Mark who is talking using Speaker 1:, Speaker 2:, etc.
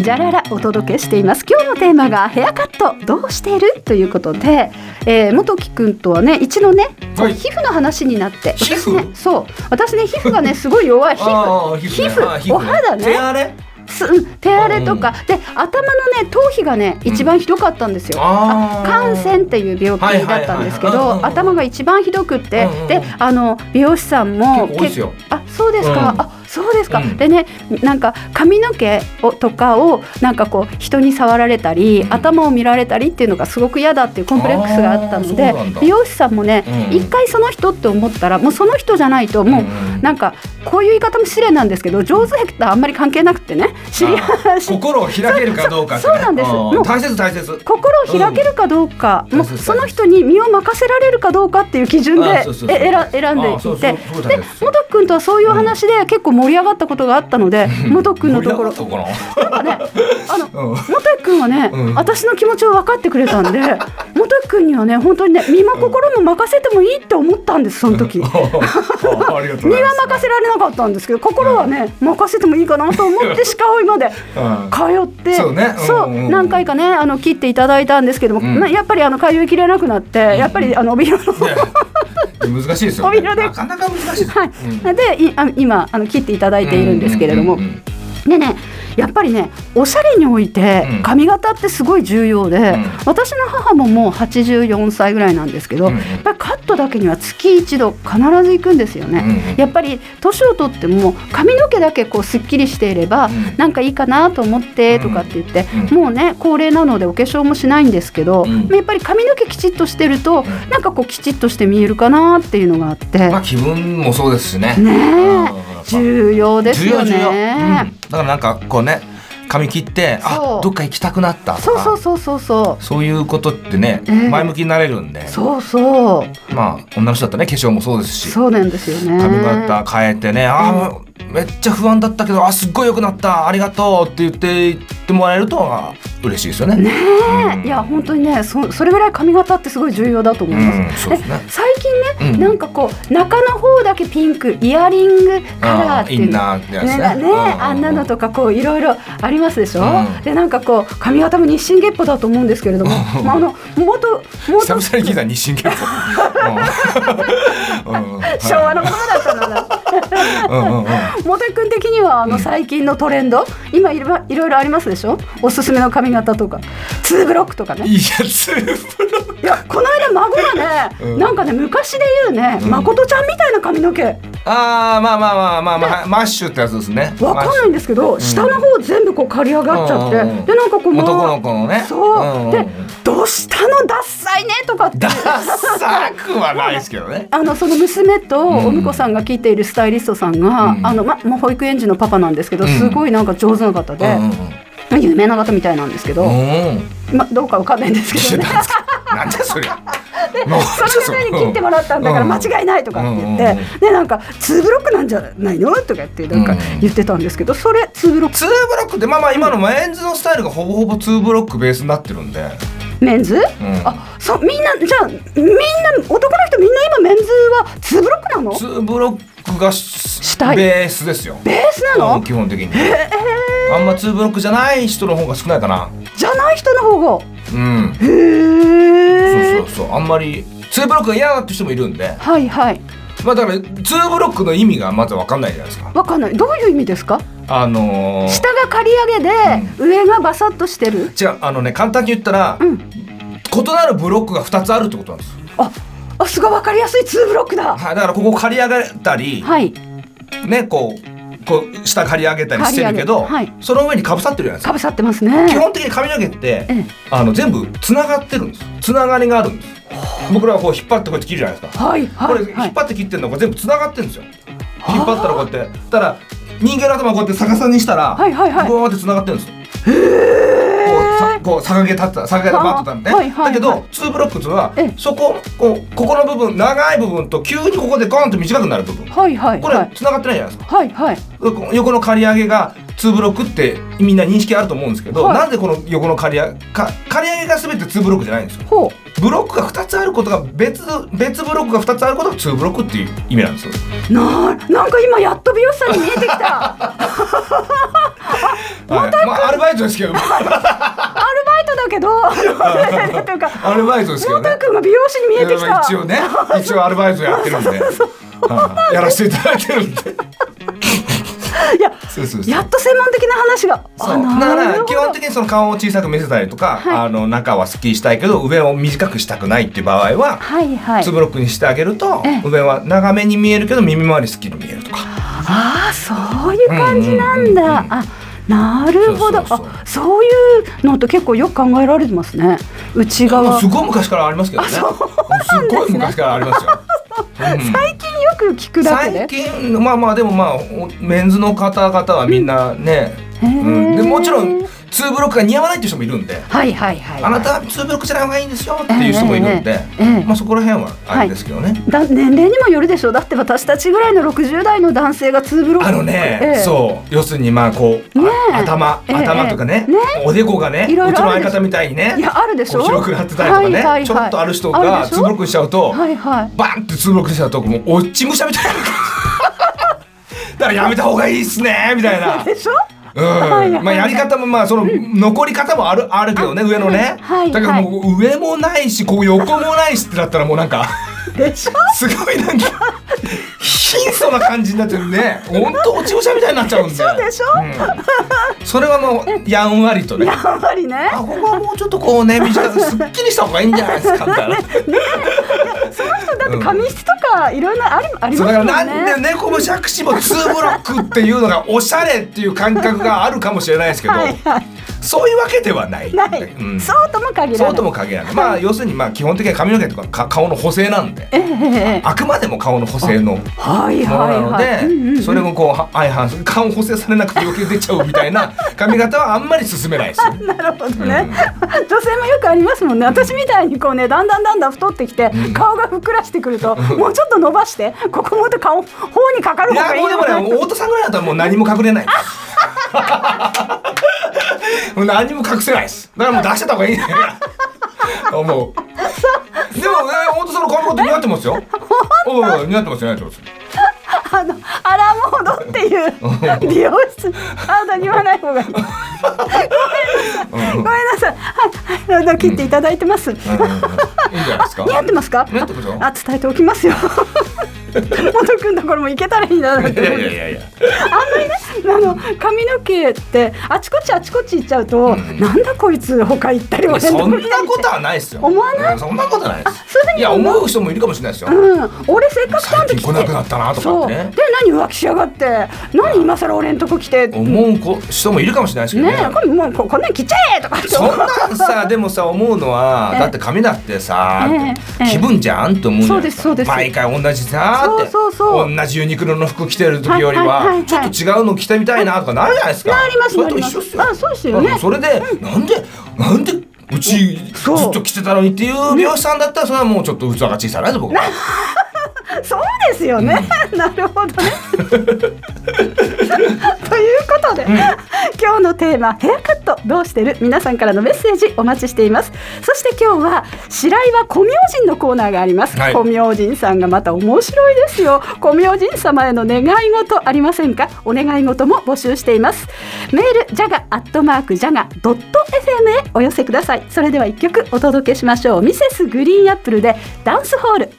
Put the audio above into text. Speaker 1: じゃららお届けしています今日のテーマがヘアカットどうしているということで、えー、元木くんとはね一度ね、
Speaker 2: はい
Speaker 1: 皮膚の話になって
Speaker 2: 皮
Speaker 1: 私
Speaker 2: 膚
Speaker 1: ねそう私ね皮膚が ねすごい弱い皮
Speaker 2: あー
Speaker 1: 膚
Speaker 2: 皮
Speaker 1: 皮
Speaker 2: 膚
Speaker 1: 膚
Speaker 2: ねあー皮膚ね
Speaker 1: お肌ね
Speaker 2: 手荒れ
Speaker 1: すうん手荒れとか、で頭のね頭皮がね一番ひどかったんですよ。
Speaker 2: あー
Speaker 1: 汗腺っていう病気だったんですけ
Speaker 2: はいはいはいはいうんうんう
Speaker 1: ど
Speaker 2: ん
Speaker 1: 頭が一番ひどくって、
Speaker 2: うんうんうん
Speaker 1: であの美容師さんも
Speaker 2: 結構多いですよ
Speaker 1: けあそうですか、
Speaker 2: うん
Speaker 1: あそうですか、
Speaker 2: うん
Speaker 1: でねなんか髪の毛をとかをなんかこう人に触られたり、
Speaker 2: うん
Speaker 1: 頭を見られたりっていうのがすごく嫌だっていうコンプレックスがあったの
Speaker 2: あー
Speaker 1: で
Speaker 2: そうなんだ
Speaker 1: 美容師さんもね
Speaker 2: うん
Speaker 1: 一、回その人って思ったらもうその人じゃないともう、
Speaker 2: ん
Speaker 1: なんかこういう言い方も失礼なんですけど上手下手あんまり関係なくってね知り合い
Speaker 2: 心を開けるかどうかってね
Speaker 1: そうそうなんですもう
Speaker 2: 大切大切
Speaker 1: 心を開けるかどうか、
Speaker 2: うん
Speaker 1: もう
Speaker 2: そうです
Speaker 1: その人に身を任せられるかどうかっていう基準で
Speaker 2: あ
Speaker 1: え
Speaker 2: そうそうそう
Speaker 1: えら選んでい
Speaker 2: あそう
Speaker 1: て
Speaker 2: そう
Speaker 1: で
Speaker 2: そうなんです
Speaker 1: 元君とはそういうお話で結構盛り上がったことがあったので元君のところ
Speaker 2: 盛り上がった
Speaker 1: なんかねあの
Speaker 2: かなうん
Speaker 1: 元君はね、
Speaker 2: うん
Speaker 1: 私の気持ちを分かってくれたんで元君にはね本当にね身も心も任せてもいいって思ったんですその時。
Speaker 2: あありがとうござ
Speaker 1: 身
Speaker 2: いま
Speaker 1: は
Speaker 2: す
Speaker 1: 任せられなかったんですけど心はね任せてもいいかなと思って歯科を今まで
Speaker 2: うん
Speaker 1: 通って
Speaker 2: そうねうん
Speaker 1: そう
Speaker 2: うんうん
Speaker 1: 何回かねあの切っていただいたんですけども、
Speaker 2: うん
Speaker 1: なやっぱりあの通いきれなくなってやっぱりあの帯広の。
Speaker 2: ね難しいですよ、
Speaker 1: お色
Speaker 2: ね、
Speaker 1: で
Speaker 2: なかなか難しいで す
Speaker 1: はい
Speaker 2: うん
Speaker 1: でいあ今あの切っていただいているんですけれども、
Speaker 2: うんうんうん
Speaker 1: でねやっぱりねおしゃれにおいて
Speaker 2: うん
Speaker 1: 髪型ってすごい重要で、
Speaker 2: ん
Speaker 1: 私の母ももう84歳ぐらいなんですけど、
Speaker 2: うんうん
Speaker 1: やっぱりカットだけには月一度必ず行くんですよね。
Speaker 2: うんうん
Speaker 1: やっぱり年を取っても髪の毛だけこうすっきりしていれば、
Speaker 2: うん
Speaker 1: なんかいいかなと思ってとかって言って、
Speaker 2: うん
Speaker 1: もうね高齢なのでお化粧もしないんですけど、
Speaker 2: うん
Speaker 1: やっぱり髪の毛きちっとしてると、
Speaker 2: ん
Speaker 1: なんかこうきちっとして見えるかなっていうのがあって、
Speaker 2: まあ気分もそうですしね
Speaker 1: ねえ
Speaker 2: うん
Speaker 1: 重要ですよね。
Speaker 2: 重要重要、うん、だからなんかこうね髪切って
Speaker 1: そ
Speaker 2: あ
Speaker 1: う
Speaker 2: どっか行きたくなったとか
Speaker 1: そうそうそうそうそ
Speaker 2: そういうことってね、
Speaker 1: ええ
Speaker 2: 前向きになれるんで
Speaker 1: うそうそう
Speaker 2: まあ女の人だったらね化粧もそうですし
Speaker 1: そうなんですよね。
Speaker 2: 髪型変えてね、あーめっちゃ不安だったけどあすっごい良くなったありがとうって言って言ってもらえるとあ嬉しいですよね。ね
Speaker 1: ねいや本当にねそそれぐらい髪型ってすごい重要だと思います。
Speaker 2: うんそうですね
Speaker 1: え 最近ね、
Speaker 2: うん
Speaker 1: なんかこう中の方だけピンクイヤリングカラーって
Speaker 2: イ
Speaker 1: いう
Speaker 2: ン
Speaker 1: の
Speaker 2: ナーってやつ
Speaker 1: ね
Speaker 2: ね。
Speaker 1: ね
Speaker 2: う
Speaker 1: あんなのとかこういろいろありますでしょ、
Speaker 2: うん
Speaker 1: でなんかこう髪型も日進月歩だと思うんですけれども、まあ、あの元元
Speaker 2: 久々に聞いた日清結構。うんうんはい
Speaker 1: 昭和の言葉だったのだ
Speaker 2: うんうんうん
Speaker 1: モテ君的にはあの最近のトレンド、今いろいろいろありますでしょおすすめの髪型とかツーブロックとかね
Speaker 2: いやつ
Speaker 1: いやこの間孫がね、
Speaker 2: うん
Speaker 1: なんかね昔で言うね、
Speaker 2: うん
Speaker 1: 誠ちゃんみたいな髪の毛
Speaker 2: ああまあまあまあまあまあマッシュってやつですね。
Speaker 1: わかんないんですけど、下の方全部こう刈り上がっちゃって、
Speaker 2: うんうんうん
Speaker 1: でなんかこう
Speaker 2: 男の子のね。
Speaker 1: そう、
Speaker 2: んん
Speaker 1: でどうしたのダッサいねとかって
Speaker 2: ダッサくはないですけどね。
Speaker 1: あのその娘と
Speaker 2: ん
Speaker 1: お婿さんが聞いているスタイリストさんが、
Speaker 2: うん
Speaker 1: あのま、もう保育園児のパパなんですけど、
Speaker 2: うん
Speaker 1: すごいなんか上手な方で、
Speaker 2: うんうん
Speaker 1: ま有名な方みたいなんですけど、
Speaker 2: うん。うん。
Speaker 1: ま、どうかわかんないんですけどね
Speaker 2: なんだそりゃ。も う
Speaker 1: その方に切ってもらったんだから
Speaker 2: うん
Speaker 1: 間違いないとかって言って、
Speaker 2: うんうん
Speaker 1: でなんか「ツーブロックなんじゃないの?」とか言ってなんか
Speaker 2: うん
Speaker 1: 言ってたんですけどそれツーブロッ
Speaker 2: ツーブロックってまあまあ今のメンズのスタイルがほぼほぼツーブロックベースになってるんで、
Speaker 1: クメンズ、
Speaker 2: うん
Speaker 1: あそうみんなじゃあみんな男の人みんな今メンズはツーブロックなの
Speaker 2: ツーブロックが
Speaker 1: したい
Speaker 2: ベースですよ。
Speaker 1: ベースなの、
Speaker 2: うん基本的に。あんまツーブロックじゃない人の方が少ないかな。
Speaker 1: じゃない人の方が
Speaker 2: うん。
Speaker 1: へえ
Speaker 2: そうそうそう。あんまりツーブロックが嫌だって人もいるんで、
Speaker 1: はいはい
Speaker 2: まあだからツーブロックの意味がまずわかんないじゃないですか。
Speaker 1: わかんないどういう意味ですか
Speaker 2: あのー
Speaker 1: 下が刈り上げで、上がバサッとしてる
Speaker 2: 違うあのね簡単に言ったら、
Speaker 1: うん
Speaker 2: 異なるブロックが二つあるってことなんですよ。
Speaker 1: ああすごいわかりやすいツーブロックだ
Speaker 2: はい。だからここ刈り上げたり、
Speaker 1: はい
Speaker 2: ねこうこう下刈り上げたりしてるけど、
Speaker 1: 刈り上げは
Speaker 2: その上にかぶさってるじゃないです
Speaker 1: か
Speaker 2: か。
Speaker 1: ぶさってますね
Speaker 2: 基本的に髪の毛って、
Speaker 1: ええ
Speaker 2: あの全部つながってるんです。つながりがあるんです。僕らはこう引っ張ってこうやって切るじゃないですか。
Speaker 1: はい
Speaker 2: こ
Speaker 1: は
Speaker 2: れ
Speaker 1: いは
Speaker 2: 引っ
Speaker 1: い
Speaker 2: 張って切ってるのが全部つながってるんですよ。引っ張ったらこうやって。ただ人間の頭をこうやって逆さにしたら、
Speaker 1: はいはいはい
Speaker 2: こうやってつながってるんですよ。こうさこう逆毛立ってた逆毛立ってたんで、
Speaker 1: はあはいはい
Speaker 2: だけ
Speaker 1: はい
Speaker 2: どツーブロックっていうのは
Speaker 1: ええ
Speaker 2: そここうここの部分長い部分と急にここでゴーンと短くなる部分
Speaker 1: はいはい
Speaker 2: これ
Speaker 1: は
Speaker 2: はいつながってないじゃないですか
Speaker 1: はいはい
Speaker 2: 横の刈り上げがツーブロックってみんな認識あると思うんですけど、
Speaker 1: はい
Speaker 2: なんでこの横の刈り上げか刈り上げが全てツーブロックじゃないんですよ
Speaker 1: ほ
Speaker 2: ブロックが2つあることが別別ブロックが2つあることがツーブロックっていう意味なんですよ
Speaker 1: うななんか今やっと美容師さんに見えてきたあ
Speaker 2: はいまあアルバイトですけど
Speaker 1: アルバイトだけ どというか
Speaker 2: アルバイトですけど
Speaker 1: 太
Speaker 2: ね
Speaker 1: 田君が美容師に見えてき
Speaker 2: いやま
Speaker 1: た
Speaker 2: あ一 応ね一応アルバイトやってるんではいやらせていただいてるんで
Speaker 1: いや
Speaker 2: そうそうそう
Speaker 1: やっと専門的な話が
Speaker 2: そ
Speaker 1: あ
Speaker 2: うだ
Speaker 1: な
Speaker 2: か
Speaker 1: るほ
Speaker 2: ら
Speaker 1: ど
Speaker 2: 基本的にその顔を小さく見せたりとか、
Speaker 1: はい
Speaker 2: あの中はスッキリしたいけど上を短くしたくないっていう場合は、
Speaker 1: はいはい
Speaker 2: ツーブロックにしてあげると、
Speaker 1: ええ
Speaker 2: 上は長めに見えるけど耳周りスッキリ見えるとか
Speaker 1: ああそういう感じなん
Speaker 2: うんうんうん
Speaker 1: だ、
Speaker 2: うん
Speaker 1: あなるほど
Speaker 2: そうそうそう
Speaker 1: あそういうのって結構よく考えられてますね内
Speaker 2: も
Speaker 1: 側
Speaker 2: うすごい昔からありますけどねすごい昔からあ りますよ、うん
Speaker 1: 最近よく聞くだけで
Speaker 2: 最近まあまあでもまあおメンズの方々はみんなね、
Speaker 1: へ
Speaker 2: う
Speaker 1: ー
Speaker 2: んでもちろんツーブロックが似合わないっていう人もいるんで、
Speaker 1: はいはいはい、はい、
Speaker 2: あなたはツーブロックじゃない方がいいんですよっていう人もいるんで、
Speaker 1: ええええええ
Speaker 2: まあそこら辺はあれですけどね、
Speaker 1: だ年齢にもよるでしょうだって私たちぐらいの60代の男性がツーブロック
Speaker 2: あのね、
Speaker 1: ええ
Speaker 2: そう要するにまあこう、あ
Speaker 1: ねえ
Speaker 2: 頭
Speaker 1: ええ
Speaker 2: 頭とかね,、
Speaker 1: ええね
Speaker 2: おでこがね
Speaker 1: いろいうろ
Speaker 2: ちの
Speaker 1: あるで
Speaker 2: 相
Speaker 1: しょ
Speaker 2: 方みたいにね
Speaker 1: いやあるでしょ
Speaker 2: こう広くなってたりとか
Speaker 1: は
Speaker 2: ね、
Speaker 1: いはいはい
Speaker 2: ちょっとある人
Speaker 1: ある
Speaker 2: が
Speaker 1: でしょ
Speaker 2: ツーブロックにしちゃうと、
Speaker 1: はいはい
Speaker 2: バンってツーブロックにしちゃうともう落ち武者みたいな だからやめた方がいいっすねみたい な。
Speaker 1: でしょ
Speaker 2: うん
Speaker 1: はいはい
Speaker 2: まあやり方もまあその残り方もあるあるけどね上のね、
Speaker 1: はい
Speaker 2: だからもう上もないしこう横もないしってなったらもうなんか
Speaker 1: でしょ
Speaker 2: すごいなんか貧相な感じになってるね本当落ち武者みたいになっちゃうんで
Speaker 1: そうでしょ、
Speaker 2: うんそれはもうやんわりとね
Speaker 1: やっぱりね
Speaker 2: あここはもうちょっとこうね短くすっきりした方がいいんじゃないですかみたい な。
Speaker 1: だって髪質とかいろいろありあり
Speaker 2: そう
Speaker 1: ま
Speaker 2: だ
Speaker 1: す
Speaker 2: か
Speaker 1: もんね
Speaker 2: らなんで猫も杓子もツーブロックっていうのがおしゃれっていう感覚があるかもしれないですけど、
Speaker 1: はいはい
Speaker 2: そういうわけではない。
Speaker 1: ない、
Speaker 2: うん
Speaker 1: そうとも限らない
Speaker 2: そうとも限らない。まあ要するにまあ基本的には髪の毛とかか顔の補正なんで、
Speaker 1: ええええ
Speaker 2: あくまでも顔の補正のもの
Speaker 1: はいはい
Speaker 2: なの
Speaker 1: はい、うんうんう
Speaker 2: で、
Speaker 1: ん
Speaker 2: それもこうは相反する顔補正されなくて余計出ちゃうみた いな髪型はあんまり勧めないですよ。
Speaker 1: なるほどね、女性もよくありますもんね私みたいにこうねだんだんだんだん太ってきて、顔がふっくらしてくると、もうちょっと伸ばしてここもっと顔頬にかかる
Speaker 2: い
Speaker 1: 方が
Speaker 2: や
Speaker 1: いいの
Speaker 2: もうでも
Speaker 1: かな
Speaker 2: ね太田さんぐらいだったらもう何も隠れないです もう何も隠せないですだからもう出してた方がいいんだから 思うでもね太田さんの髪型似合っ てますよおいおい似合ってますよ似合ってます
Speaker 1: あのアラモードっていう美容室あなたに言わない方がいいごめんなさいごめんなさいはいはいあの切っていただいてます、
Speaker 2: うんうんうんいいんじゃないですか
Speaker 1: 似合ってますか
Speaker 2: 似合ってますよ
Speaker 1: あ伝えておきます よ元君のところも行けたらいいななん
Speaker 2: い
Speaker 1: て思
Speaker 2: や
Speaker 1: っ
Speaker 2: い
Speaker 1: て
Speaker 2: やいやいや
Speaker 1: あの髪の毛ってあちこちあちこち行っちゃうと、なんだこいつ他行ったりも
Speaker 2: そんなことはないですよ
Speaker 1: 思わない
Speaker 2: うんそんなことないです
Speaker 1: そういうふうに
Speaker 2: いや思う人もいるかもしれないですよ
Speaker 1: うん、俺せっかくちゃん
Speaker 2: 最
Speaker 1: と
Speaker 2: 近
Speaker 1: 来て
Speaker 2: 来なくなったなとか
Speaker 1: そ
Speaker 2: っ
Speaker 1: う
Speaker 2: て
Speaker 1: で
Speaker 2: ね
Speaker 1: 何浮気しやがって何今更俺んとこ来てね
Speaker 2: 思う子人もいるかもしれないですけどね
Speaker 1: えこれもうここんなん切っちゃえとかって
Speaker 2: そんなんさでもさ思うのは
Speaker 1: ええ
Speaker 2: だって髪だってさ
Speaker 1: ええ
Speaker 2: 気分じゃんと思うの
Speaker 1: そ
Speaker 2: よ
Speaker 1: うですそうです
Speaker 2: 毎回同じさって
Speaker 1: そうそうそう
Speaker 2: 同じユニクロの服着てる時より
Speaker 1: はいはいはいは
Speaker 2: はいちょっと違うの着てみたいなとかなるじゃないですか
Speaker 1: なります
Speaker 2: そ
Speaker 1: な
Speaker 2: れと
Speaker 1: りま
Speaker 2: 一
Speaker 1: す
Speaker 2: 緒っすよ
Speaker 1: あそうですよね
Speaker 2: んそれでなんでなんでうちず
Speaker 1: そう
Speaker 2: っと着てたのにっていう美容師さんだったらそれはもうちょっと器が小さいなと僕は
Speaker 1: そうですよね、 なるほどねということで、今日のテーマヘアカットどうしてる皆さんからのメッセージお待ちしていますそして今日は白岩小明神のコーナーがあります、
Speaker 2: はい
Speaker 1: 小明神さんがまた面白いですよ小明神様への願い事ありませんかお願い事も募集していますメールジャガアットマークジャガドット FM へお寄せくださいそれでは一曲お届けしましょうミセスグリーンアップルでダンスホール